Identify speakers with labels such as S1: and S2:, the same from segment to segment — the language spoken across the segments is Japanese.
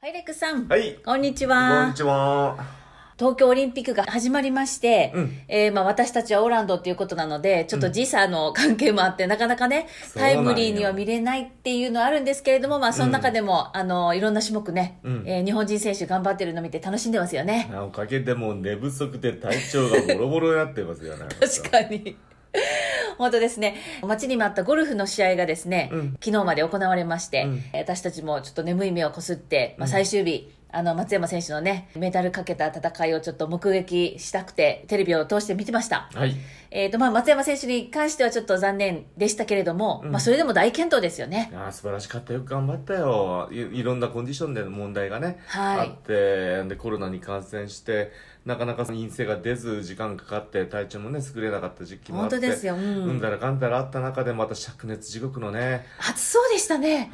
S1: はい、レックさん。
S2: はい
S1: こんにち
S2: こん
S1: は
S2: に。ちは。
S1: 東京オリンピックが始まりまして、
S2: うん
S1: えーまあ私たちはオランドっていうことなので、ちょっと時差の関係もあって、なかなかね、
S2: そ
S1: タ
S2: うなん
S1: イ
S2: よ
S1: ムリーには見れないっていうのはあるんですけれども、まあその中でも、あの、いろんな種目ね、
S2: うん
S1: えー日本人選手頑張ってるの見て楽しんでますよね。
S2: おかげでもう寝不足で体調がボロボロになってますよね。
S1: 確かに。本当ですね。待ちに待ったゴルフの試合がですね、
S2: うん
S1: 昨日まで行われまして、
S2: うん
S1: 私たちもちょっと眠い目をこすって、まあ、最終日、あの、松山選手のね、メダルかけた戦いをちょっと目撃したくて、テレビを通して見てました。
S2: はい。
S1: えっ、と、まあ、松山選手に関してはちょっと残念でしたけれども、
S2: うん
S1: まあ、それでも大健闘ですよね。
S2: ああ、素晴らしかったよ。頑張ったよ。いいろんなコンディションでの問題がね、
S1: はい
S2: あって、で、コロナに感染して、なかなか陰性が出ず、時間かかって、体調もね、優れなかった時期もあ
S1: 本
S2: って。
S1: 当ですよ。う
S2: うんん。だらかんだらあった中で、また灼熱地獄のね、
S1: 暑そうでしたね。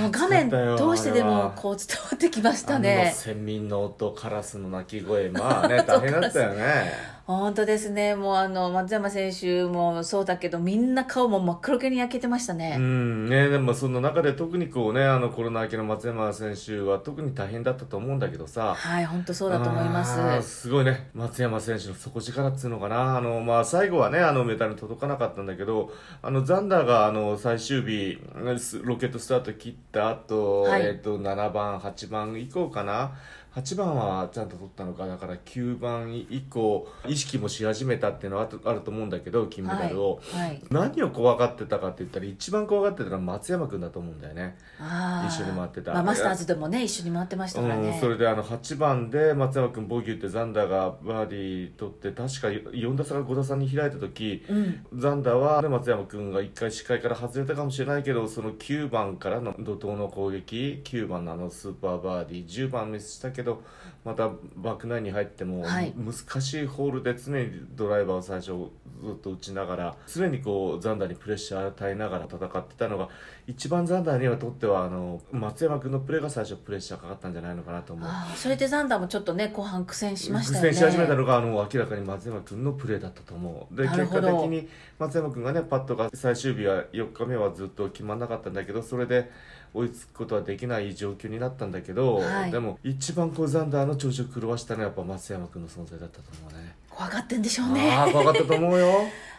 S1: もう画面
S2: 暑かったよ
S1: 通してで
S2: あれは
S1: も、こう伝わってきました
S2: あの
S1: ね。
S2: セミの音、カラスの鳴き声、まあね、大変だっ たよね。
S1: 本当ですね。もうあの、松山選手もそうだけど、みんな顔も真っ黒けに焼けてました
S2: う
S1: ね。
S2: んね、でもその中で特にこうねあのコロナ明けの松山選手は特に大変だったと思うんだけどさ
S1: はい、本当そうだと思いま
S2: あー
S1: す。
S2: すごいね松山選手の底力っていうのかなあの、まあ、最後はねあのメダルに届かなかったんだけどあのザンダーがあの最終日すロケットスタート切った後、
S1: はい
S2: えっと7番8番以降かな8番はちゃんと取ったのかだから9番以降意識もし始めたっていうのはあとあると思うんだけど金メ
S1: は
S2: ダ
S1: い。
S2: ルを。
S1: はい。
S2: 何を怖がってたかって言ったら一番怖がってたのは松山君だと思うんだよね、
S1: あー
S2: 一緒に回ってた
S1: まあ、マスターズでもね、一緒に回ってましたから
S2: うん、
S1: ね
S2: そ。れであの8番で松山君ボギー打ってザンダーがバーディー取って確か4打差が5打差に開いた時
S1: うん。
S2: ザンダーは松山君が1回視界から外れたかもしれないけどその9番からの怒涛の攻撃9番のあのスーパーバーディー10番ミスしたけどまたバックナインに入っても、
S1: はい
S2: 難しいホールで常にドライバーを最初ずっと打ちながら常にこうザンダーにプレッシャーを与えながら戦ってたのが一番ザンダーにはとってはあの松山君のプレーが最初プレッシャーかかったんじゃないのかなと思う。
S1: あーそれでザンダーもちょっとね、後半苦戦しましたよね。
S2: 苦戦し始めたのがあの明らかに松山君のプレーだったと思うで
S1: なる
S2: 結
S1: ほ
S2: 果
S1: ど
S2: 的に松山君がねパットが最終日は4日目はずっと決まらなかったんだけどそれで追いつくことはできない状況になったんだけど、
S1: はい
S2: でも一番こうザンダーの調子を狂わしたのはやっぱ松山君の存在だったと思うね
S1: 怖がってんでしょう
S2: ああ
S1: ね。
S2: 分かった と思うよ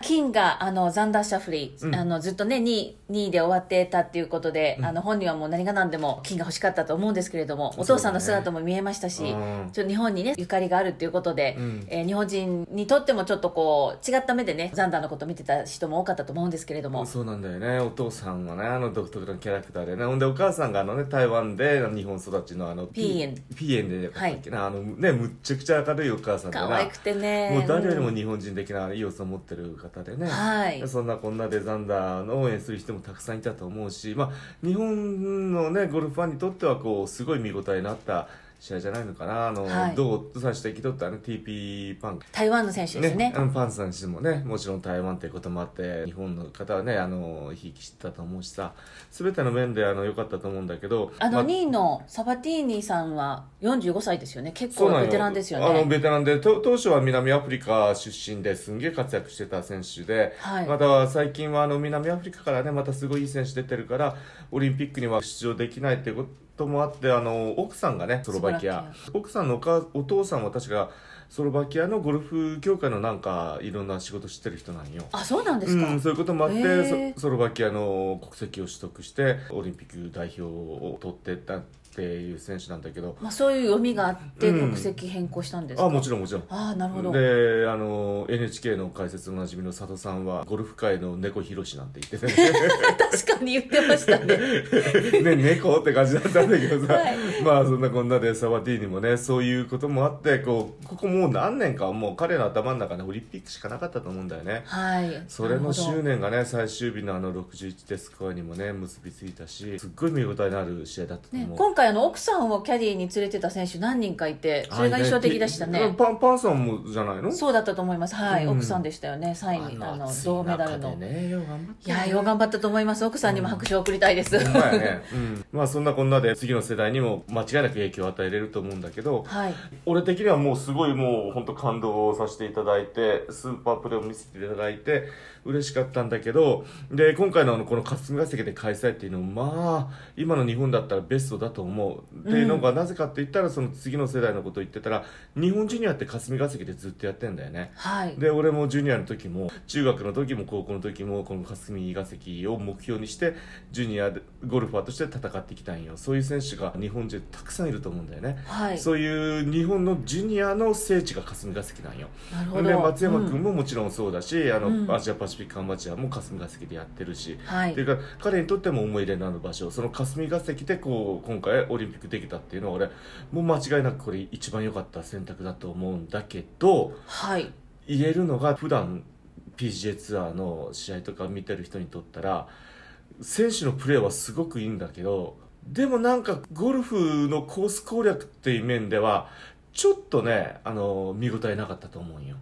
S1: 金が、あの、ザンダー・シャフリー、
S2: うん
S1: あの、ずっとね、2位、2位で終わってたっていうことで、あの、本人はもう何が何でも金が欲しかったと思うんですけれども、お父さんの姿も見えましたし、
S2: うん
S1: ちょっと日本にね、ゆかりがあるっていうことで、
S2: うん
S1: えー日本人にとってもちょっとこう、違った目でね、ザンダーのこと見てた人も多かったと思うんですけれども、
S2: そうなんだよねお父さんがねあの独特のキャラクターでねほんでお母さんがあのね台湾で日本育ちのあの
S1: ピーエン
S2: ピーエンでよかったっけな、あのねむっちゃくちゃ明るいお母さんでな
S1: 可愛くてね。
S2: もう誰よりも
S1: うん
S2: 日本人的な要素を持ってる方でね、
S1: はい
S2: そんなこんなでザンダーの応援する人もたくさんいたと思うし、まあ、日本の、ね、ゴルフファンにとってはこうすごい見応えのあった試合じゃないのかなあの、
S1: はい
S2: どう最初的に取った、ね、TP パンク
S1: 台湾の選手ですね。
S2: あのパンさん自身もねもちろん台湾ということもあって日本の方はねあのひいきしてたと思うしさ全ての面であの良かったと思うんだけど
S1: あ
S2: ま
S1: の、2位のサバティーニさんは45歳ですよね。結
S2: そう
S1: 構
S2: なん
S1: ベテランですよ
S2: あの
S1: ね。
S2: ベテランでと当初は南アフリカ出身ですんげえ活躍してた選手で、
S1: はい
S2: また最近はあの南アフリカからねまたすごいいい選手出てるからオリンピックには出場できないっていうこともあってあの奥さんがねスロバキア奥さんのおかお父さんは確かスロバキアのゴルフ協会のなんかいろんな仕事してる人なんよ。
S1: あ、そうなんですか。
S2: うん、そういうこともあって、
S1: へー
S2: そスロバキアの国籍を取得してオリンピック代表を取ってったっていう選手なんだけど
S1: まあ、そういう読みがあって
S2: うん
S1: 国籍変更したんですか、
S2: あもちろんもちろん
S1: ああなるほど
S2: であの NHK の解説のおなじみの佐藤さんはゴルフ界の猫ひろしなんて言って
S1: 確かに言ってま したね
S2: てね猫って感じだったんだけどさ、
S1: はい
S2: まあそんなこんなでサバティーニもねそういうこともあってこうここもう何年かはもう彼の頭の中ねオリンピックしかなかったと思うんだよね
S1: はい
S2: それの
S1: なる
S2: 執
S1: ほど
S2: 念がね最終日のあの61でスコアにもね結びついたしすっごい見応えのある試合だったと思う、
S1: ね、今回あの奥さんをキャディーに連れてた選手何人かいてそれが印象的でした
S2: あね
S1: ね
S2: パンパンさんもじゃないの
S1: そうだったと思いますはい、
S2: うん
S1: 奥さんでしたよね3位あの
S2: 暑い
S1: 銅メダル
S2: 中
S1: の、
S2: でねよう頑張っ
S1: い
S2: たよ
S1: や
S2: ね
S1: よう頑張ったと思います奥さんにも拍手を送りたいです、
S2: ほんまやね、うん、まあそんなこんなで次の世代にも間違いなく影響を与えれると思うんだけど
S1: はい
S2: 俺的にはもうすごいもう本当感動をさせていただいてスーパープレーを見せていただいて嬉しかったんだけど、で、今回のあのこの霞が関で開催っていうのも、まあ、今の日本だったらベストだと思う。っていうのが、なぜかって言ったら、その次の世代のことを言ってたら、日本ジュニアって霞が関でずっとやってんだよね。
S1: はい。
S2: で俺もジュニアの時も中学の時も高校の時もこの霞ヶ関を目標にしてジュニアでゴルファーとして戦ってきたんよそういう選手が日本人たくさんいると思うんだよね、
S1: はい。
S2: そういう日本のジュニアの聖地が霞ヶ関なんよ
S1: なるほど。
S2: で松山
S1: う
S2: 君
S1: ん
S2: ももちろんそうだし、あ
S1: うん
S2: のアジアパシフィックアマチュアも霞ヶ関でやってるし、
S1: は
S2: って
S1: い。
S2: いうか彼にとっても思い入れのある場所その霞が関でこう今回オリンピックできたっていうのは俺もう間違いなくこれ一番良かった選択だと思うんだけど、
S1: はい。
S2: 言えるのが普段 PGA ツアーの試合とか見てる人にとったら選手のプレーはすごくいいんだけどでもなんかゴルフのコース攻略っていう面ではちょっとねあの見応えなかったと思うんよ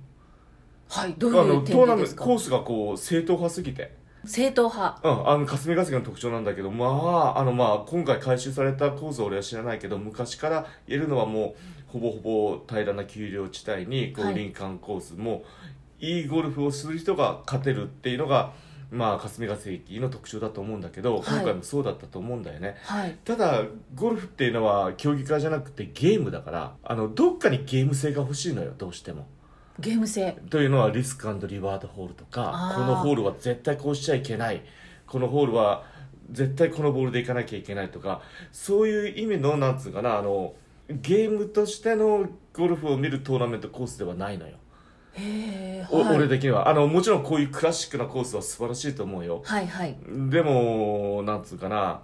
S1: はい。ど
S2: あ
S1: うい
S2: の
S1: う
S2: トー
S1: 点で
S2: ナメン
S1: で
S2: ト
S1: す
S2: コ
S1: か
S2: ースがこう正統派すぎて
S1: 正統派。
S2: うん、あの霞が関の特徴なんだけど、まあ、あのまあ今回回収されたコースは俺は知らないけど昔から言えるのはもうほぼほぼ平らな丘陵地帯にこ
S1: は
S2: う
S1: い
S2: 林間コースもいいゴルフをする人が勝てるっていうのが、まあ、霞が関の特徴だと思うんだけど
S1: い
S2: 今回もそうだったと思うんだよね。
S1: はい。
S2: ただゴルフっていうのは競技会じゃなくてゲームだからあのどっかにゲーム性が欲しいのよどうしても。
S1: ゲーム性。
S2: というのはリスクリワードホールとか
S1: あー
S2: このホールは絶対こうしちゃいけないこのホールは絶対このボールでいかなきゃいけないとかそういう意味のなんつうかなあのゲームとしてのゴルフを見るトーナメントコースではないのよ、
S1: へえ。
S2: お
S1: はい
S2: 俺的にはあのもちろんこういうクラシックなコースは素晴らしいと思うよ
S1: はいはい。
S2: でもなんつうかな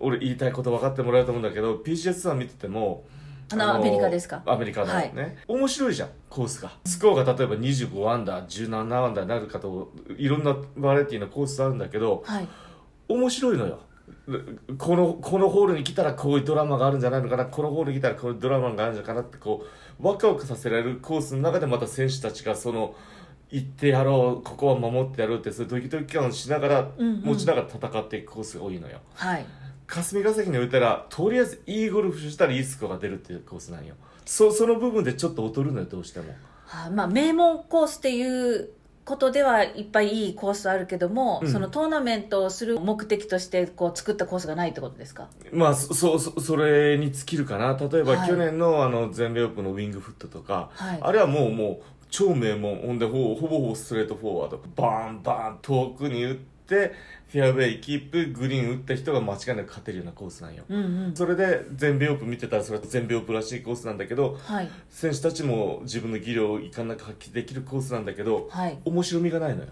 S2: 俺言いたいこと分かってもらえると思うんだけど PGA ツアー見てても
S1: あのアメリカですか
S2: アメリカのね、
S1: はい
S2: 面白いじゃんコースがスコアが例えば25アンダー17アンダーになるかといろんなバラエティのコースあるんだけど
S1: はい。
S2: 面白いのよこのこのホールに来たらこういうドラマがあるんじゃないのかなこのホールに来たらこういうドラマがあるんじゃないかなってこうワクワクさせられるコースの中でまた選手たちがその行ってやろうここは守ってやろうってそういうドキドキ感をしながら、
S1: うんうん
S2: 持ちながら戦っていくコースが多いのよ
S1: はい。
S2: 霞ヶ関に置いたらとりあえずいいゴルフしたらいいスコアが出るっていうコースなんよそその部分でちょっと劣るのよどうしても
S1: あまあ、名門コースっていうことではいっぱいいいコースあるけども、
S2: うん
S1: そのトーナメントをする目的としてこう作ったコースがないってことですか
S2: まあそそそそれに尽きるかな例えば、
S1: はい
S2: 去年のあの全米オープンのウィングフットとか、
S1: はい
S2: あれはもうもう超名門ほんでほほぼほぼストレートフォワードバーンバーン遠くに打ってフェアウェイキープグリーン打った人が間違いなく勝てるようなコースなんよ、
S1: うんうん
S2: それで全米オープン見てたらそれは全米オープンらしいコースなんだけど
S1: はい
S2: 選手たちも自分の技量をいかんなく発揮できるコースなんだけど
S1: はい
S2: 面白みがないのよ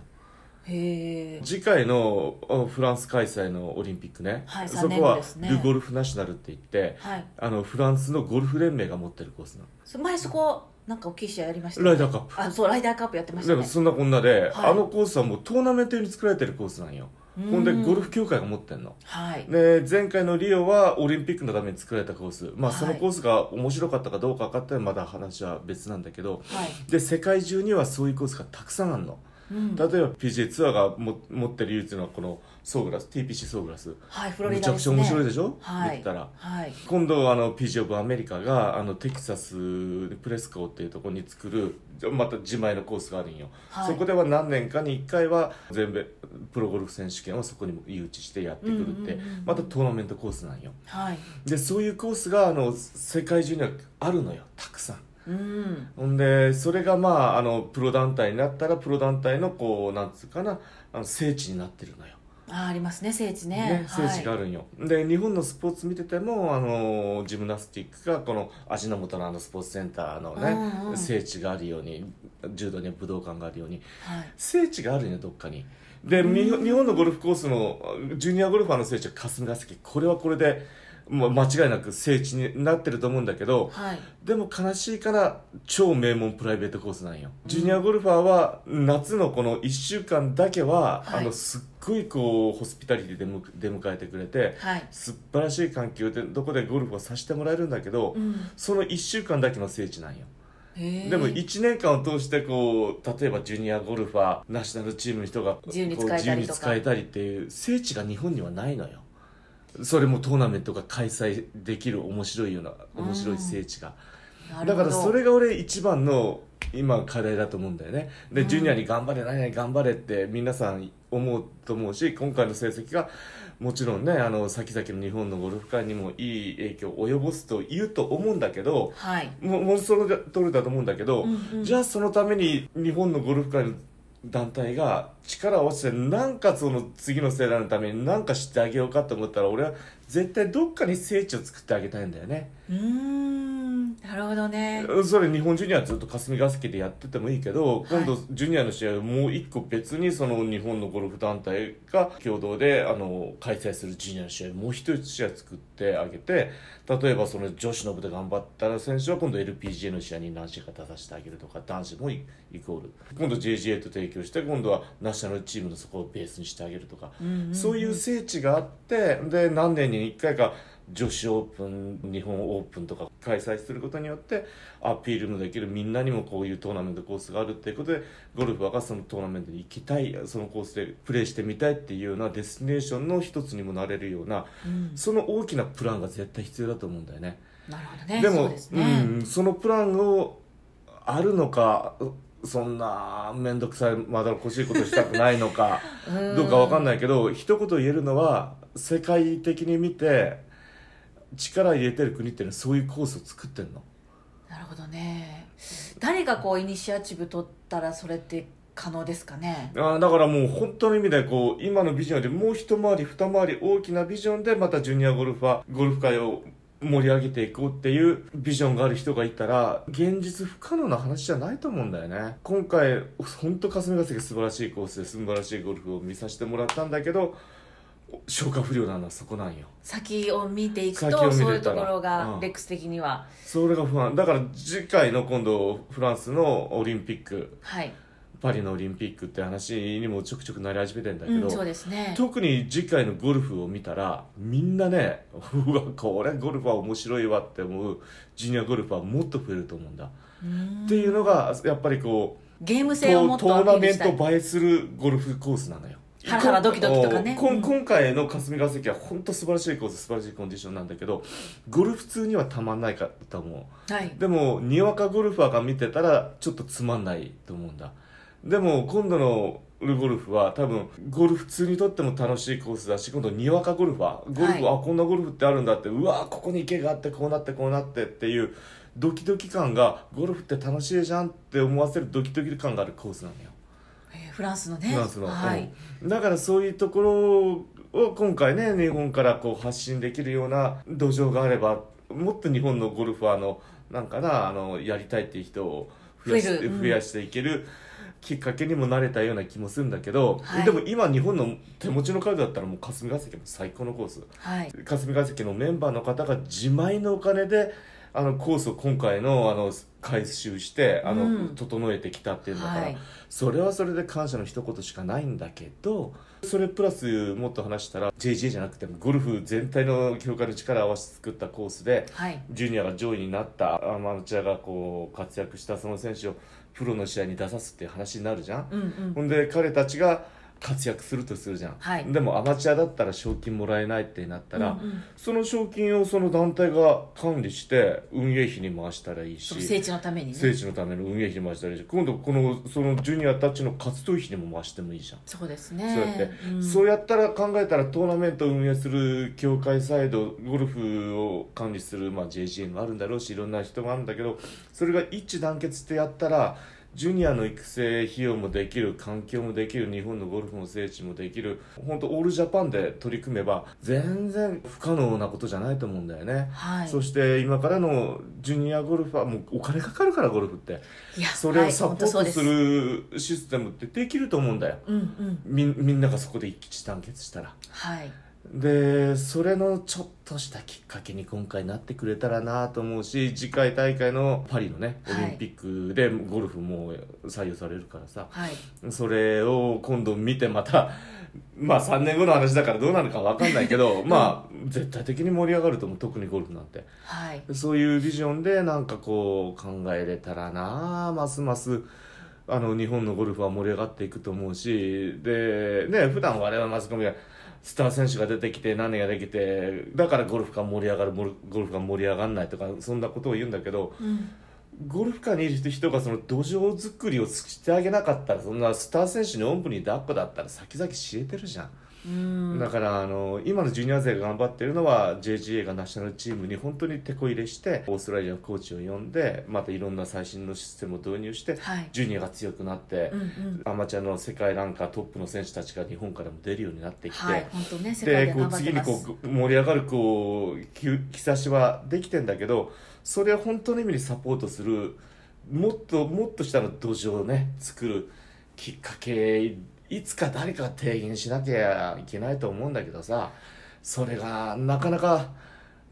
S1: へえ
S2: 次回のあフランス開催のオリンピックね、
S1: はい
S2: そ
S1: 三
S2: こ
S1: 年後
S2: は
S1: ですね
S2: ル・ゴルフ・ナショナルって言って
S1: はい
S2: あのフランスのゴルフ連盟が持ってるコースなの
S1: そ前そこなんか大きい試合やりました
S2: ライダーカップ
S1: あそうライダーカップやってました
S2: だか
S1: ね
S2: らそんなこんなで、
S1: はい
S2: あのコースはもうトーナメント用に作られてるコースなんよ
S1: うん
S2: ほんでゴルフ協会が持ってんの
S1: はい
S2: で前回のリオはオリンピックのために作られたコースまあ
S1: はい
S2: そのコースが面白かったかどうか分かったらまだ話は別なんだけど
S1: はい、
S2: で世界中にはそういうコースがたくさんあるの
S1: うん、
S2: 例えば PGA ツアーがも持ってる唯一のこのソーグラス TPC ソーグラス
S1: はいフロ
S2: め
S1: リ
S2: ち
S1: ダ
S2: ゃ
S1: で
S2: くち
S1: す
S2: ゃ
S1: ね
S2: 面白いでしょ、
S1: はい
S2: 見てたら
S1: はい
S2: 今度あの PGA オブアメリカがあのテキサスプレスコーっていうところに作るまた自前のコースがあるんよ、
S1: はい
S2: そこでは何年かに1回は全米プロゴルフ選手権をそこに誘致してやってくるって、
S1: うんうんうんうん
S2: またトーナメントコースなんよ
S1: はい
S2: でそういうコースがあの世界中にはあるのよたくさん
S1: うん
S2: ほんでそれがまああのプロ団体になったらプロ団体のこうなんつうかなあの聖地になってるのよ
S1: あありますね聖地ね
S2: ね、
S1: はい、
S2: 聖地があるんよ、で日本のスポーツ見ててもあのジムナスティックがこの味の素のあのスポーツセンターのね、
S1: うんうん
S2: 聖地があるように柔道には武道館があるように
S1: はい
S2: 聖地があるんよどっかにで、み日本のゴルフコースのジュニアゴルファーの聖地は霞が関これはこれで、ま、間違いなく聖地になってると思うんだけど
S1: はい
S2: でも悲しいから超名門プライベートコースなんよ、ジュニアゴルファーは夏のこの1週間だけは、
S1: はい
S2: あのすっごいこうホスピタリティでむ出迎えてくれて
S1: はい
S2: 素晴らしい環境でどこでゴルフをさせてもらえるんだけど、
S1: うん
S2: その1週間だけの聖地なんよ
S1: へえ
S2: でも1年間を通してこう例えばジュニアゴルファーナショナルチームの人がこう
S1: 自由に使えたりとか
S2: 自由に使えたりっていう聖地が日本にはないのよそれもトーナメントが開催できる面白いような面白い聖地が、
S1: なる
S2: だ
S1: ほど
S2: からそれが俺一番の今課題だと思うんだよねで、
S1: うん
S2: ジュニアに頑張れ何々頑張れって皆さん思うと思うし今回の成績がもちろんねあの先々の日本のゴルフ界にもいい影響を及ぼすと言うと思うんだけど
S1: はい
S2: ももうその通りだと思うんだけど、
S1: うんうん
S2: じゃあそのために日本のゴルフ界の団体が力を合わせてなんかその次の世代のために何かしてあげようかと思ったら俺は絶対どっかに聖地を作ってあげたいんだよね。
S1: うーんなるほどね
S2: それ日本ジュニアずっと霞が関でやっててもいいけど今度ジュニアの試合をもう一個別にその日本のゴルフ団体が共同であの開催するジュニアの試合もう一試合作ってあげて例えばその女子の部で頑張ったら選手は今度 LPGA の試合に何試合か出させてあげるとか男子もイイコール今度 JGA と提供して今度はナショナルチームのそこをベースにしてあげるとか
S1: うんうんうん
S2: そういう聖地があってで何年に1回か女子オープン日本オープンとか開催することによってアピールもできるみんなにもこういうトーナメントコースがあるっていうことでゴルファーがそのトーナメントに行きたいそのコースでプレーしてみたいっていうようなデスティネーションの一つにもなれるような
S1: うん
S2: その大きなプランが絶対必要だと思うんだよね。
S1: なるほどね
S2: で
S1: そ
S2: も
S1: うですね
S2: うん、そのプランをあるのかそんな面倒くさいまだらこしいことしたくないのか。どうかわかん
S1: い
S2: ないけど一言言えるのは世界的に見て力入れてる国っていうのはそういうコースを作ってるの
S1: なるほどね誰がこうイニシアチブ取ったらそれって可能ですかね
S2: あーだからもう本当の意味でこう今のビジョンよりもう一回り二回り大きなビジョンでまたジュニアゴルファーゴルフ界を盛り上げていこうっていうビジョンがある人がいたら現実不可能な話じゃないと思うんだよね今回本当霞が関素晴らしいコースで素晴らしいゴルフを見させてもらったんだけど消化不良なのはそこなんよ
S1: 先を見ていく
S2: 先
S1: と
S2: を見れたら
S1: そういうところ
S2: う
S1: が
S2: ん
S1: レックス的には、
S2: それが不安だから次回の今度フランスのオリンピック
S1: はい、
S2: パリのオリンピックって話にもちょくちょくなり始めてんだけ
S1: う
S2: ど、
S1: ん、そうですね
S2: 特に次回のゴルフを見たらみんなねうわこれゴルフは面白いわって思うジュニアゴルフはもっと増えると思うんだ、
S1: うん
S2: っていうのがやっぱりこう
S1: ゲーム
S2: ト
S1: 性をも
S2: ー
S1: っ
S2: ト
S1: とア
S2: ー
S1: ピ
S2: ナ
S1: ー
S2: メ
S1: ル
S2: ン
S1: したい
S2: ト映えするゴルフコースなのよ
S1: ハラハラドキドキとかね
S2: こん
S1: うん
S2: 今回の霞ヶ関は本当素晴らしいコース素晴らしいコンディションなんだけどゴルフ通にはたまんないかと思う
S1: はい
S2: でもにわかゴルファーが見てたらちょっとつまんないと思うんだでも今度のゴルフは多分ゴルフ通にとっても楽しいコースだし今度にわかゴルファーゴルフ、
S1: はい
S2: あこんなゴルフってあるんだってうわここに池があってこうなってこうなってっていうドキドキ感がゴルフって楽しいじゃんって思わせるドキドキ感があるコースなのよ
S1: えーフランスのね
S2: フランスの、
S1: はい、
S2: うんだからそういうところを今回ね日本からこう発信できるような土壌があればもっと日本のゴルファーのなんかなあのやりたいっていう人を増やし
S1: 増えるうん
S2: 増やしていけるきっかけにもなれたような気もするんだけど、
S1: はい
S2: でも今日本の手持ちのカードだったらもう霞ヶ関も最高のコース
S1: はい、
S2: 霞ヶ関のメンバーの方が自前のお金であのコースを今回のあの回収してあの、
S1: うん
S2: 整えてきたっていうのから、
S1: はい
S2: それはそれで感謝の一言しかないんだけどそれプラスもっと話したら JJ じゃなくてもゴルフ全体の協会の力を合わせて作ったコースで
S1: はい
S2: ジュニアが上位になったアマチュアがこう活躍したその選手をプロの試合に出さすっていう話になるじゃん、
S1: うんうん
S2: ほんで彼たちが活躍するとするじゃん、
S1: はい
S2: でもアマチュアだったら賞金もらえないってなったら、
S1: うんうん
S2: その賞金をその団体が管理して運営費に回したらいいし
S1: その聖地のために
S2: 聖
S1: ね
S2: 地のための運営費に回したりして今度このそのジュニアたちの活動費にも回してもいいじゃん、
S1: そうです
S2: そうやって
S1: ね、ん
S2: そうやったら考えたらトーナメントを運営する協会サイドゴルフを管理する、まあ、JGN もあるんだろうしいろんな人もあるんだけどそれが一致団結してやったらジュニアの育成費用もできる環境もできる日本のゴルフの聖地もできる本当オールジャパンで取り組めば全然不可能なことじゃないと思うんだよね、
S1: はい
S2: そして今からのジュニアゴルファーもうお金かかるからゴルフって
S1: いや
S2: それ
S1: は
S2: を
S1: い
S2: サポー
S1: 本当そう
S2: ト
S1: です
S2: るシステムってできると思うんだよ、
S1: うんうん
S2: みんみんながそこで一致団結したら
S1: はい
S2: でそれのちょっとしたきっかけに今回なってくれたらなと思うし次回大会のパリのね
S1: はい
S2: オリンピックでゴルフも採用されるからさ、
S1: はい
S2: それを今度見てまた まあ3年後の話だからどうなるかわかんないけど、まあ絶対的に盛り上がると思う特にゴルフなんて
S1: はい
S2: そういうビジョンでなんかこう考えれたらなあますますあの日本のゴルフは盛り上がっていくと思うしでね普段我々マスコミはスター選手が出てきて何ができてだからゴルフが盛り上がるモルゴルフが盛り上がらないとかそんなことを言うんだけど
S1: うん
S2: ゴルフ界にいる人がその土壌作りをしてあげなかったらそんなスター選手におんぶに抱っこだったら先々知れてるじゃん。
S1: うん
S2: だからあの今のジュニア勢が頑張ってるのは JGA がナショナルチームに本当に手こ入れしてオーストラリアのコーチを呼んでまたいろんな最新のシステムを導入して
S1: はい
S2: ジュニアが強くなって
S1: うんうん
S2: アマチュアの世界ランカートップの選手たちが日本からも出るようになってきて、
S1: はい本当ね世界
S2: で
S1: で
S2: こう
S1: 頑張っ
S2: 次
S1: て
S2: に
S1: ます
S2: こう盛り上がるこうき兆しはできてんだけどそれを本当の意味にサポートするもっともっとしたの土壌をね作るきっかけいつか誰かが提言しなきゃいけないと思うんだけどさそれがなかなか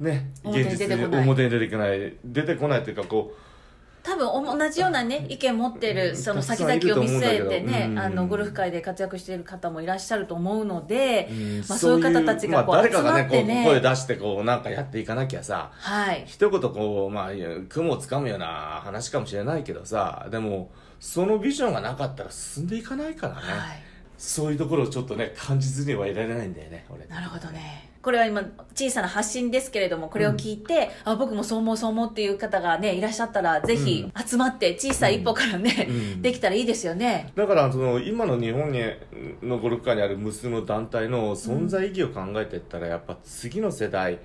S2: ね
S1: 表に出てこない
S2: 表に出てこない出てこないというかこう
S1: 多分お同じようなね意見持って
S2: うん
S1: るその
S2: た
S1: 先
S2: くさんいる
S1: 々を
S2: と
S1: 見
S2: 思うんだけど
S1: 据えてね、
S2: うん
S1: あのゴルフ界で活躍している方もいらっしゃると思うので、
S2: うん
S1: まあ、そういう方たちがこ
S2: まあ
S1: う
S2: 誰
S1: 集
S2: か
S1: ま
S2: がね
S1: ってね,、
S2: こう声出してこうなんかやっていかなきゃさ
S1: はい
S2: 一言こうまあいや雲をつかむような話かもしれないけどさでもそのビジョンがなかったら進んでいかないからね、
S1: はい
S2: そういうところをちょっとね感じずにはいられないんだよね俺
S1: なるほどねこれは今小さな発信ですけれどもこれを聞いて、あ僕もそう思うそう思うっていう方がねいらっしゃったらぜひ集まって小さい一歩からね、
S2: うん
S1: できたらいいですよね
S2: だからその今の日本にのゴルフ界にある無数の団体の存在意義を考えていったら、やっぱ次の世代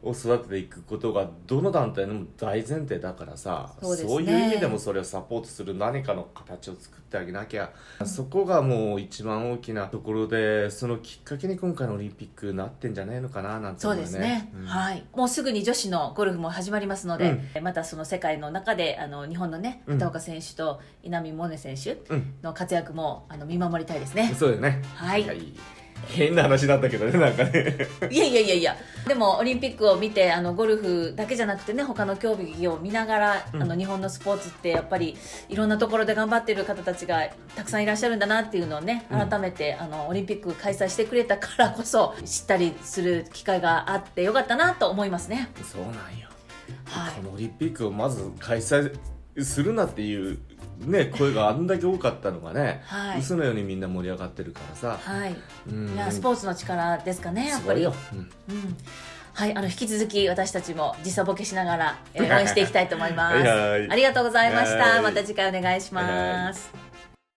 S2: を育てていくことがどの団体でも大前提だからさ
S1: そうですね
S2: いう意味でもそれをサポートする何かの形を作ってあげなきゃ、そこがもう一番大きなところでそのきっかけに今回のオリンピックなってんじゃないのかななんて
S1: そう
S2: 思うよ
S1: で
S2: ね。
S1: すね、
S2: うん
S1: はいもうすぐに女子のゴルフも始まりますので、またその世界の中であの日本のね
S2: うん
S1: 畑岡選手と稲見萌寧選手
S2: うん
S1: の活躍もあの見守りたいです ね
S2: そうだよね、
S1: はい
S2: 変な話だったけどねなんかね
S1: いやいやいやいやでもオリンピックを見てあのゴルフだけじゃなくてね他の競技を見ながら、
S2: うん
S1: あの日本のスポーツってやっぱりいろんなところで頑張ってる方たちがたくさんいらっしゃるんだなっていうのをね
S2: うん
S1: 改めて、あのオリンピック開催してくれたからこそ知ったりする機会があってよかったなと思いますね。
S2: そうなんよ
S1: はい
S2: このオリンピックをまず開催するなっていう、 ね、声があんだけ多かったのがね、
S1: はい
S2: 嘘のようにみんな盛り上がってるからさ、
S1: はい、
S2: うん
S1: いやスポーツの力ですかねやっ
S2: す
S1: ぱ
S2: ご
S1: り、
S2: い
S1: う
S2: よ
S1: ん、
S2: うん
S1: はい、あの引き続き私たちも時差ボケしながら、えー応援していきたいと思います
S2: はいはい
S1: ありがとうございました
S2: はい
S1: また次回お願いし
S2: はいは
S1: ま
S2: い
S1: す、